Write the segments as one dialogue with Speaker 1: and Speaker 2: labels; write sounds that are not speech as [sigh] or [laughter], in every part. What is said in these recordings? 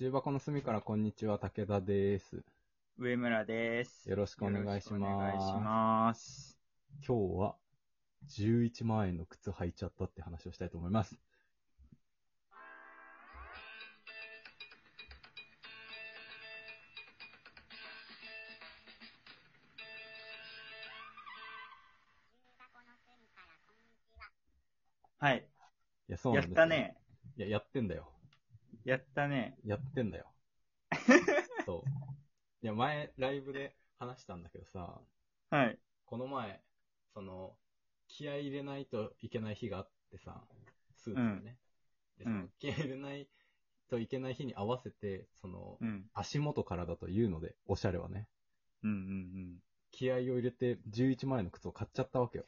Speaker 1: 重箱の隅からこんにちは、武田です。
Speaker 2: 上村です。
Speaker 1: よろしくお願いします
Speaker 2: よろしくお願いします。
Speaker 1: 今日は、11万円の靴履いちゃったって話をしたいと思います。
Speaker 2: はい。
Speaker 1: いや、そう
Speaker 2: や
Speaker 1: な
Speaker 2: っ
Speaker 1: んですよ
Speaker 2: た。ね。
Speaker 1: いや、やってんだよ。
Speaker 2: やったね。
Speaker 1: やってんだ
Speaker 2: [laughs]
Speaker 1: よ。そう。いや、前、ライブで話したんだけどさ、
Speaker 2: はい。
Speaker 1: この前、その、気合い入れないといけない日があってさ、スーツのね。でその
Speaker 2: うん
Speaker 1: 気合い入れないといけない日に合わせて、その、
Speaker 2: うん。
Speaker 1: 足元からだというので、おしゃれはね。
Speaker 2: うんうん
Speaker 1: 気合を入れて11万円の靴を買っちゃったわけよ。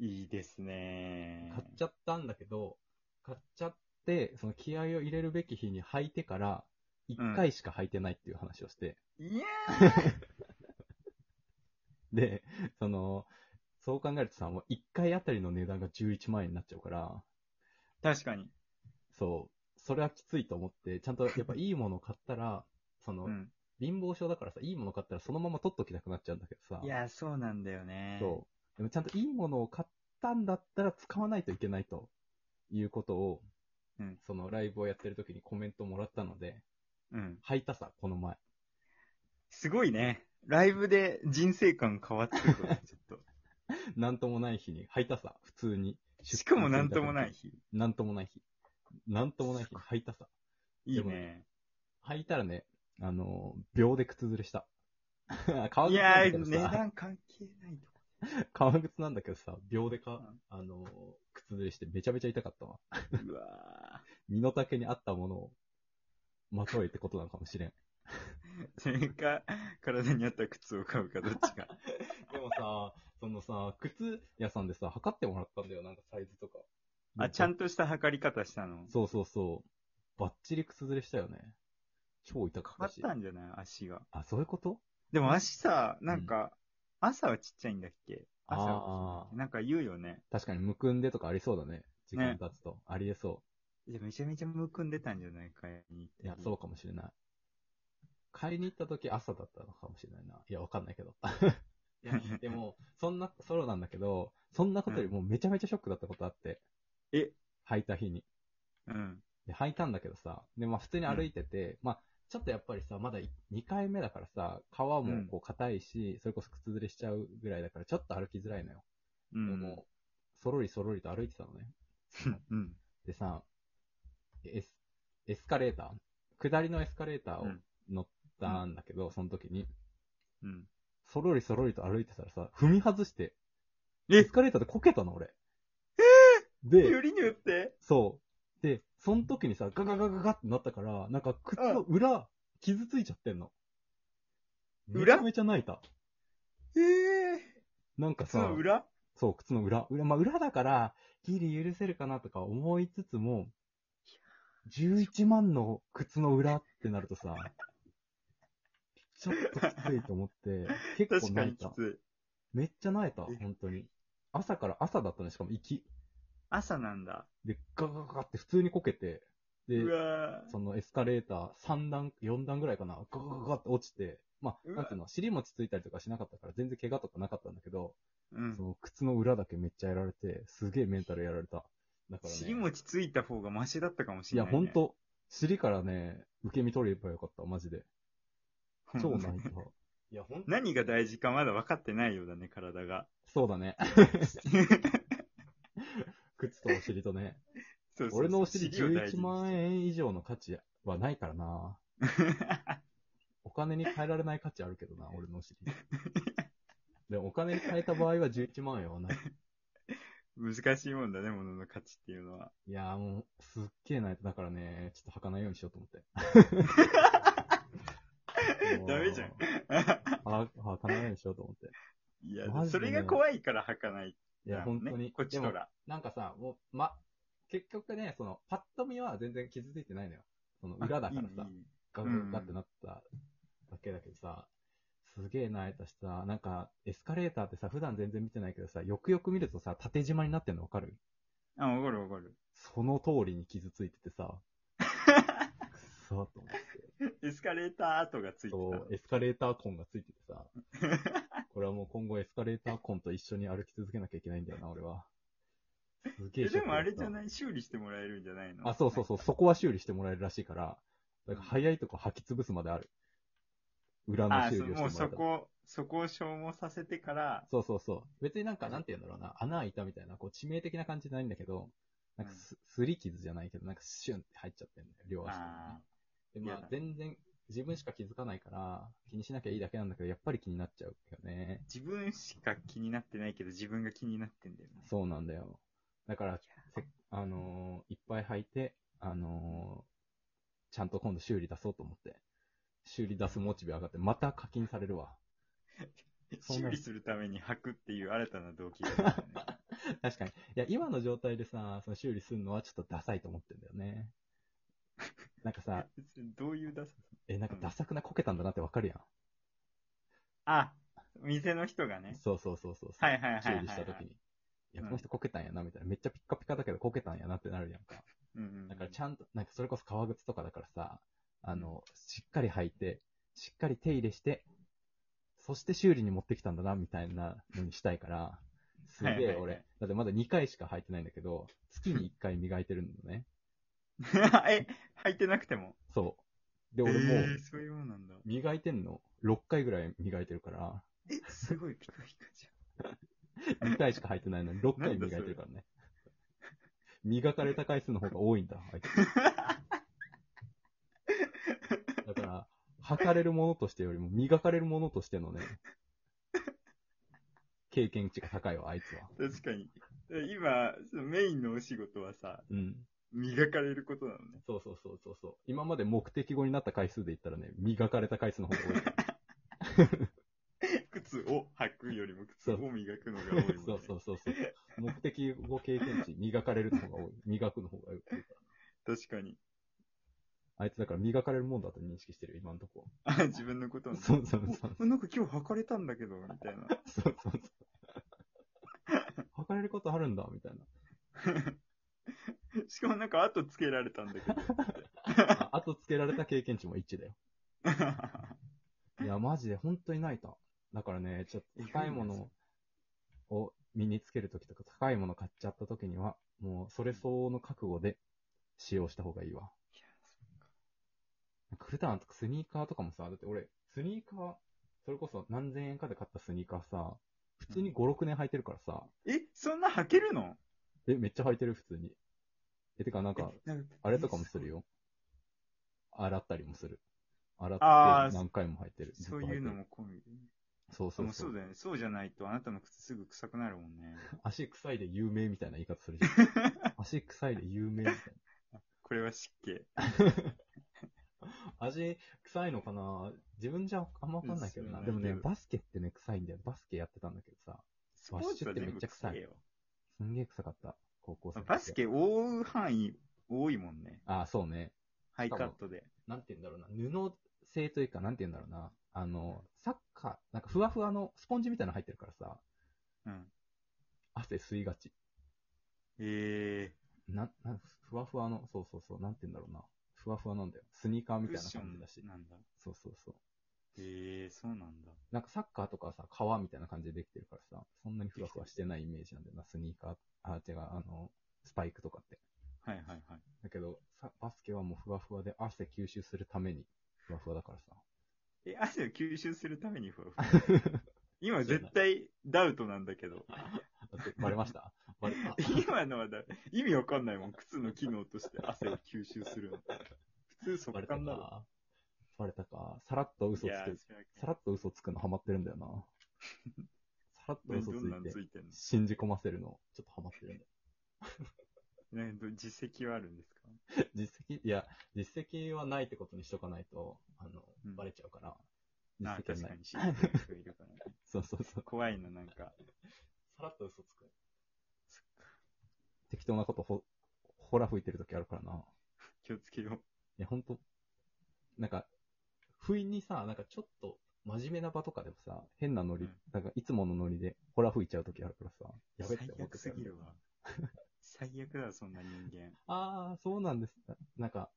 Speaker 2: うん。いいですね。
Speaker 1: 買っちゃったんだけど、買っちゃって、その気合を入れるべき日に履いてから、1回しか履いてないっていう話をして、
Speaker 2: いや
Speaker 1: [laughs] で、その、そう考えるとさ、もう1回あたりの値段が11万円になっちゃうから、
Speaker 2: ー確かに。
Speaker 1: そう、それはきついと思って、ちゃんとやっ
Speaker 2: [laughs]
Speaker 1: ぱいいものを買ったら、その、
Speaker 2: うん。
Speaker 1: 貧乏症だからさ、いいもの買ったらそのまま取っときたくなっちゃうんだけどさ、
Speaker 2: いや、そうなんだよね。
Speaker 1: そう。でもちゃんといいものを買ったんだったら使わないといけないということを、
Speaker 2: うん
Speaker 1: そのライブをやってる時にコメントもらったので、
Speaker 2: う。うん。
Speaker 1: 履いたさ、この前。
Speaker 2: すごいね。ライブで人生観変わってくるわち
Speaker 1: [laughs]
Speaker 2: ょっ
Speaker 1: なんともない日に履いたさ、普通に。
Speaker 2: と。しかもなんともない
Speaker 1: 日。
Speaker 2: 日。
Speaker 1: なんともない日。なんともない日に履いたさ。
Speaker 2: いい
Speaker 1: でも
Speaker 2: ね。
Speaker 1: 履いたらね、あのー秒で靴ずれした。 [laughs] 革
Speaker 2: い
Speaker 1: 靴な
Speaker 2: や
Speaker 1: んだけ
Speaker 2: ー、
Speaker 1: ど
Speaker 2: 値
Speaker 1: さ、
Speaker 2: 段関係ないとこ。
Speaker 1: [laughs] 革靴なんだけどさ、秒でか
Speaker 2: うん、
Speaker 1: あのー靴ずれしてめちゃめちゃ痛かったわ。
Speaker 2: うわ
Speaker 1: 身の丈に合ったものを、まとえってことなのかもしれん。
Speaker 2: ー。そ [laughs] れか、体に合った靴を買うかど
Speaker 1: [laughs]
Speaker 2: っちか。
Speaker 1: でもさ、そのさ、靴屋さんでさ、測ってもらったんだよ、なんかサイズとか。
Speaker 2: あ、ちゃ
Speaker 1: と。
Speaker 2: んとした測り方したの。
Speaker 1: そうそうそう。バッチリ靴ずれしたよね。超痛か
Speaker 2: あ
Speaker 1: っ
Speaker 2: った
Speaker 1: し。
Speaker 2: たんじゃない足が。
Speaker 1: あ、そういうこと
Speaker 2: でも足さ、なんか、朝はちっちゃいんだっけ朝は
Speaker 1: あ
Speaker 2: ちっちゃい。なんか言うよね。
Speaker 1: 確かにむくんでとかありそうだね。時間経つと。ありえそ
Speaker 2: いや、めちゃめちゃむくんでたんじゃないかい。
Speaker 1: う。いや、そうかもしれない。買いに行った時朝だったのかもしれないな。いや、わかんないけど。いや [laughs] でも、そんな、ソロなんだけど、そんなことよりもめちゃめちゃショックだったことあって。
Speaker 2: え
Speaker 1: 履いた日に。
Speaker 2: うん。
Speaker 1: で、履いたんだけどさ、で、まあ普通に歩いてて、まあちょっとやっぱりさ、まだ2回目だからさ、皮も
Speaker 2: うん
Speaker 1: こう硬いし、それこそ靴ずれしちゃうぐらいだから、ちょっと歩きづらいのよ。
Speaker 2: う
Speaker 1: で
Speaker 2: ん。
Speaker 1: も、そろりそろりと歩いてたのね。
Speaker 2: うん。
Speaker 1: でさ、エス、エスカレーター下りのエスカレーターを
Speaker 2: うん
Speaker 1: 乗ったんだけど、その時に、
Speaker 2: うん。
Speaker 1: そろりそろりと歩いてたらさ、踏み外して、
Speaker 2: え
Speaker 1: エスカレーターでこけたの、俺。で、
Speaker 2: よりによって
Speaker 1: そう。で、その時にさ、ガガガガガってなったから、なんか靴の裏、傷ついちゃってんの。
Speaker 2: 裏
Speaker 1: めちゃめちゃ泣いた。
Speaker 2: ええ
Speaker 1: なんか
Speaker 2: そ
Speaker 1: さ
Speaker 2: の、裏
Speaker 1: そう、靴の裏。裏、まあ裏だから、ギリ許せるかなとか思いつつも、11万の靴の裏ってなるとさ、ちょっときついと思って、結構
Speaker 2: 確か
Speaker 1: 泣い
Speaker 2: にき
Speaker 1: た。
Speaker 2: つい。
Speaker 1: めっちゃ泣いた、
Speaker 2: え
Speaker 1: 本当に。朝から朝だったね、しかも息。
Speaker 2: 朝なんだ。
Speaker 1: で、ガガガガって普通にこけて、で、
Speaker 2: うわー
Speaker 1: そのエスカレーター3段、4段ぐらいかな、ガガガガって落ちて、まあ、
Speaker 2: うわ
Speaker 1: なんていうの、尻餅ついたりとかしなかったから全然怪我とかなかったんだけど、
Speaker 2: うん
Speaker 1: そ。の靴の裏だけめっちゃやられて、すげえメンタルやられた。だからね。
Speaker 2: 尻餅ついた方がマシだったかもし
Speaker 1: い
Speaker 2: れ
Speaker 1: や、
Speaker 2: ない、ね。
Speaker 1: ほんと、尻からね、受け身取ればよかった、マジで。
Speaker 2: うん。
Speaker 1: 超泣いた。いや、ほんと
Speaker 2: 何が大事かまだ分かってないようだね、体が。
Speaker 1: そうだ
Speaker 2: [laughs]
Speaker 1: ね。靴とお尻とね。
Speaker 2: そうそうそう
Speaker 1: 俺のお尻
Speaker 2: を大事にして
Speaker 1: 11万円以上の価値はないからな。お金に変えられない価値あるけど
Speaker 2: [laughs]
Speaker 1: な、俺のお尻。でもお金に変えた場合は11万円はない。
Speaker 2: 難しいもんだね、物の価値っていうのは。
Speaker 1: いやーもう、すっげえ泣いた。だからね、ちょっと履かないようにしようと思って。もう
Speaker 2: [laughs] ダメじゃん。
Speaker 1: は履かないようにしようと思って。
Speaker 2: いや、
Speaker 1: マジで
Speaker 2: そ
Speaker 1: ね
Speaker 2: れが怖いから吐かない。
Speaker 1: いや、本当に。
Speaker 2: こっち
Speaker 1: で
Speaker 2: と
Speaker 1: も、
Speaker 2: ら。
Speaker 1: なんかさ、もう、ま、結局ね、その、パッと見は全然傷ついてないのよ。その、裏だからさ
Speaker 2: いい。いい
Speaker 1: ガンガンってなっただけだけどさ、すげえ泣いたしさ、なんか、エスカレーターってさ、普段全然見てないけどさ、よくよく見るとさ、縦縞になってんのわかる
Speaker 2: あ、わかるわかる。
Speaker 1: その通りに傷ついててさ、くそーと思って。
Speaker 2: スカレーター跡がついて
Speaker 1: そう、エスカレーター痕がついててさ、これはもう今後エスカレーター痕と一緒に歩き続けなきゃいけないんだよな、俺は。す
Speaker 2: た。
Speaker 1: げえ
Speaker 2: え
Speaker 1: ショックだ
Speaker 2: で
Speaker 1: った。
Speaker 2: もあれじゃない修理してもらえるんじゃないの
Speaker 1: あ、そうそうそう、そこは修理してもらえるらしいから、だから早いとこ履き潰すまである。裏の
Speaker 2: あ
Speaker 1: 修
Speaker 2: そ
Speaker 1: 理
Speaker 2: う
Speaker 1: をしても
Speaker 2: も
Speaker 1: らえ
Speaker 2: う
Speaker 1: た
Speaker 2: そ
Speaker 1: ら。
Speaker 2: こ、そこを消耗させてから、
Speaker 1: そうそうそう。別になんか、なんて言うんだろうな、穴開いたみたいな、こう致命的な感じじゃないんだけど、なんかす、すり傷じゃないけど、なんかシュンって入っちゃってんだよ、両足とか
Speaker 2: あ
Speaker 1: にね。で、ま
Speaker 2: 嫌
Speaker 1: あ
Speaker 2: だ、
Speaker 1: 全然、自分しか気づかないから、気にしなきゃいいだけなんだけど、やっぱり気になっちゃうよね。
Speaker 2: 自分しか気になってないけど自分が気になってんだよね。
Speaker 1: そうなんだよ。だから、せあのーいっぱい履いて、あのーちゃんと今度修理出そうと思って、修理出すモチベ上がって、また課金されるわ。そんな
Speaker 2: 修理するために履くっていう新たな動機が出たね。
Speaker 1: [laughs] 確かに。いや、今の状態でさ、その修理するのはちょっとダサいと思ってんだよね。なんかさ、
Speaker 2: それどういう出す
Speaker 1: え、なんかダサくないこけたんだなってわかるやん。
Speaker 2: あ、店の人がね。
Speaker 1: そうそうそうそうそう。
Speaker 2: はいはいはいはいは
Speaker 1: 修
Speaker 2: い
Speaker 1: 理した時に。いや、
Speaker 2: うん
Speaker 1: この人こけたんやな、みたいな。めっちゃピッカピカだけどこけたんやなってなるやんか。
Speaker 2: うんうんうん
Speaker 1: だからちゃんと、なんかそれこそ革靴とかだからさ、あの、しっかり履いて、しっかり手入れして、そして修理に持ってきたんだな、みたいなのにしたいから、すげ
Speaker 2: はいはい
Speaker 1: え
Speaker 2: はい
Speaker 1: 俺、だってまだ2回しか履いてないんだけど、月に1回磨いてるんだね。
Speaker 2: [laughs] え、履いてなくても。
Speaker 1: そう。で、俺も
Speaker 2: え
Speaker 1: う
Speaker 2: ー、そういうもんなんだ。
Speaker 1: 磨いてんの、6回ぐらい磨いてるから、
Speaker 2: え、すごいピカピカじ
Speaker 1: 2回しか履いてないのに6回磨いてるからね。磨かれた回数の方が多いんだ、相手。だから、履かれるものとしてよりも磨かれるものとしてのね、経験値が高いわ、あいつは。
Speaker 2: ゃん。確かに。え今、そのメインのお仕事はさ、
Speaker 1: うん。
Speaker 2: 磨かれることなのね。
Speaker 1: そうそうそうそうそう。今まで目的語になった回数で言ったらね、磨かれた回数の方が多い。。
Speaker 2: 靴を履くよりも靴を磨くのが多いもん、ね
Speaker 1: [laughs] そうそうそうそう。目的語経験値、磨かれるの方が多い。磨くの方が多いから。
Speaker 2: 確かに。
Speaker 1: あいつだから磨かれるもんだと認識してるよ、今んとこ。
Speaker 2: あ、自分のことをね
Speaker 1: そうそうそう。
Speaker 2: おなんか今日履かれたんだけど、みたい [laughs] な。
Speaker 1: そうそうそう。履かれることあるんだ、みたい
Speaker 2: しかもなんか後つけられたんだけ [laughs] ど。
Speaker 1: な。ああとつけられた経験値も一致だよ。いや、マジで本当に泣いた。だからね、ちょっと高いものを身につけるときとか、高いもの買っちゃったときには、もうそれ相応の覚悟で使用した方がいいわ。クルタンとかスニーカーとかもさ、だって俺、スニーカー、それこそ何千円かで買ったスニーカーさ、普通に5、6年履いてるからさ、
Speaker 2: え、そんな履けるの
Speaker 1: え、めっちゃ履いてる、普通に。え、てかなんか、
Speaker 2: えなんか
Speaker 1: あれとかもするよ。洗ったりもする。洗
Speaker 2: あ
Speaker 1: っ
Speaker 2: ー
Speaker 1: て何回も履いてる。
Speaker 2: そういうのも込み
Speaker 1: ず
Speaker 2: で。
Speaker 1: っと履いてる。そう
Speaker 2: あ
Speaker 1: そ
Speaker 2: も
Speaker 1: う
Speaker 2: う
Speaker 1: そ
Speaker 2: そうう。だよね。そうじゃないと、あなたの靴すぐ臭くなるもんね。
Speaker 1: 足臭いで有名みたいな言い方するじゃ
Speaker 2: [laughs]
Speaker 1: ん。足臭いで有名みたい
Speaker 2: これは湿気。
Speaker 1: な。味臭いのかな自分じゃあんまわかんないけどな。
Speaker 2: うん
Speaker 1: でもね
Speaker 2: 知らないけ、ど
Speaker 1: バスケってね、臭いんだよ。バスケやってたんだけどさ、
Speaker 2: スポーツは全部臭いよ。
Speaker 1: すんげえ臭かった。高校生の時は。
Speaker 2: バスケ覆う範囲多いもんね。
Speaker 1: ああ、そうね。
Speaker 2: ハイカットで。
Speaker 1: なんて言うんだろうな。布製というか、なんて言うんだろうな。あの、サッカー、なんかふわふわのスポンジみたいなの入ってるからさ、
Speaker 2: うん。
Speaker 1: 汗吸いがち。
Speaker 2: え
Speaker 1: な、な、ふわふわの、そうそうそう、なんて言うんだろうな。ふわふわなんだよ。スニーカー
Speaker 2: ー、
Speaker 1: み
Speaker 2: クッ
Speaker 1: たいな
Speaker 2: ショ
Speaker 1: 感じ
Speaker 2: ン
Speaker 1: だし。
Speaker 2: なんだ。
Speaker 1: そうそうそう。
Speaker 2: えー、そうなんだ。
Speaker 1: なんかサッカーとかはさ、革みたいな感じでできてるからさ、そんなにふわふわしてないイメージなんだよな、スニーカー、あ、違う、あの、スパイクとかって。
Speaker 2: はいはいはい。
Speaker 1: だけど、さバスケはもうふわふわで汗吸収するために、ふわふわだからさ。
Speaker 2: え、汗を吸収するためにふわふわ。
Speaker 1: [laughs]
Speaker 2: 今絶対ダウトなんだけど。
Speaker 1: だってバレましたバレた。
Speaker 2: 今のはだ、意味わかんないもん。靴の機能として汗を吸収するの。普通
Speaker 1: バ
Speaker 2: 速
Speaker 1: レた
Speaker 2: 乾だろ。
Speaker 1: か。バレたか。さらっと嘘
Speaker 2: い
Speaker 1: つ
Speaker 2: やー
Speaker 1: く。
Speaker 2: それは
Speaker 1: さらっと嘘つくのハマってるんだよ
Speaker 2: [laughs]
Speaker 1: な。さらっと
Speaker 2: 何
Speaker 1: 嘘つ
Speaker 2: どんなん
Speaker 1: い
Speaker 2: つ
Speaker 1: て、
Speaker 2: いてんの
Speaker 1: 信じ込ませるの、ちょっとハマってるんだよ。
Speaker 2: なんかど実績はあるんですか
Speaker 1: 実績、いや、実績はないってことにしとかないと、あの、
Speaker 2: うん
Speaker 1: バレちゃうから。
Speaker 2: あ
Speaker 1: 実績
Speaker 2: 確
Speaker 1: は
Speaker 2: か
Speaker 1: ない。
Speaker 2: に知ってる人いるからね。
Speaker 1: そうそうそう。
Speaker 2: 怖いな、なんか。
Speaker 1: さらっと嘘つく。適当なことほ、ほら吹いてる時あるからな。
Speaker 2: 気をつけよう。
Speaker 1: いや、ほんと、なんか、不意にさ、なんかちょっと真面目な場とかでもさ、変なノリ、
Speaker 2: うん
Speaker 1: なんかいつものノリでほら吹いちゃう時あるからさ、やべっ
Speaker 2: 最
Speaker 1: て思って
Speaker 2: 悪
Speaker 1: た
Speaker 2: す
Speaker 1: よ
Speaker 2: ぎ
Speaker 1: ね
Speaker 2: るわ。最悪だわ、そんな人間。
Speaker 1: ああ、そうなんです。なんか、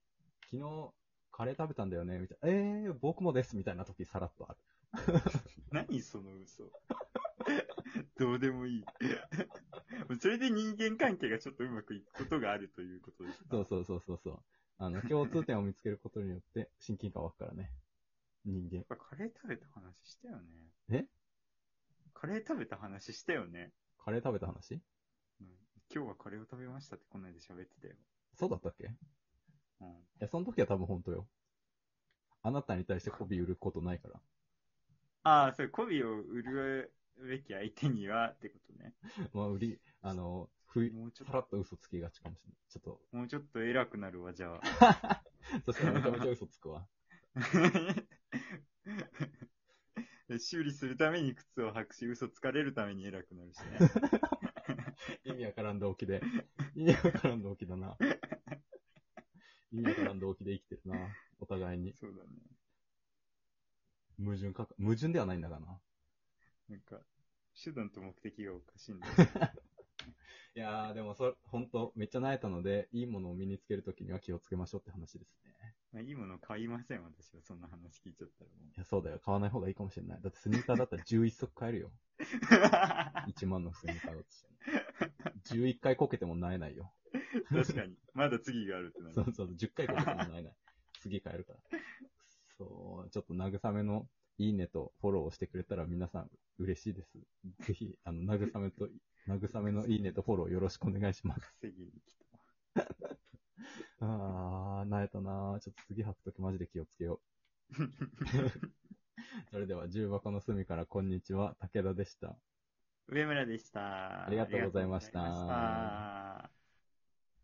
Speaker 1: 昨日、カレー食べたんだよね、みたいな。えー、僕もです、みたいな時さらっとある。
Speaker 2: 何その嘘。どうでもいい。それで人間関係がちょっとうまくいくことがあるということですか。
Speaker 1: そうそうそうそうそう。あ
Speaker 2: [laughs]
Speaker 1: の、共通点を見つけることによって親近感湧くからね。人間。
Speaker 2: やっぱカレー食べた話したよね。
Speaker 1: え
Speaker 2: カレー食べた話したよね。
Speaker 1: カレー食べた話
Speaker 2: うん、今日はカレーを食べましたってこの間喋ってたよ。
Speaker 1: そうだったっけい
Speaker 2: うん。
Speaker 1: や、その時は多分本当よ。あなたに対して媚び売ることないから。
Speaker 2: ああ、そう、媚びを売るべき相手にはってことね。
Speaker 1: まあ、売り、あの、ふい、
Speaker 2: もうちょっ
Speaker 1: さらっと嘘つきがちかもしれない。ちょっ
Speaker 2: と、もうちょっと偉くなるわ、じゃあ。
Speaker 1: と、そしたらめちゃめちゃ嘘つく [laughs] わ。
Speaker 2: [laughs] 修理するために靴を履くし、嘘つかれるために偉くなるし
Speaker 1: [laughs]
Speaker 2: ね。
Speaker 1: 意味わからん動機で。意味わからん動機だな。意味わからん動機で生きてるな。お互いに。
Speaker 2: そうだね。
Speaker 1: 矛盾かか、矛盾ではないんだがな。
Speaker 2: なんか、手段と目的がおかしいんだ。
Speaker 1: [laughs] いやー、でもそ、ほんと、めっちゃ慣れたので、いいものを身につけるときには気をつけましょうって話ですね。
Speaker 2: まあ、いいもの買いません、私は。そんな話聞いちゃったらも
Speaker 1: いや、そうだよ。買わない方がいいかもしれない。だってスニーカーだったら11足買えるよ。
Speaker 2: う。
Speaker 1: 1万のスニーカ [laughs] ーだとしても。11回こけてもなえないよ。 [laughs]
Speaker 2: 確かに。まだ次があるってなる。
Speaker 1: そうそうそう、10回こけてもなえない。 [laughs] 次買えるから。そう、ちょっと慰めのいいねとフォローをしてくれたら皆さん嬉しいです。ぜひ、あの、慰めと、 [laughs] 慰めのいいねとフォローよろしくお願いします。
Speaker 2: 稼ぎに来た。
Speaker 1: [laughs] あー、なえたなー。ちょっと次履くときマジで気をつけよう。それでは、重箱の隅からこんにちは、武田でした。
Speaker 2: [laughs] 上村でした。
Speaker 1: ありがとうございました
Speaker 2: ありがとうございました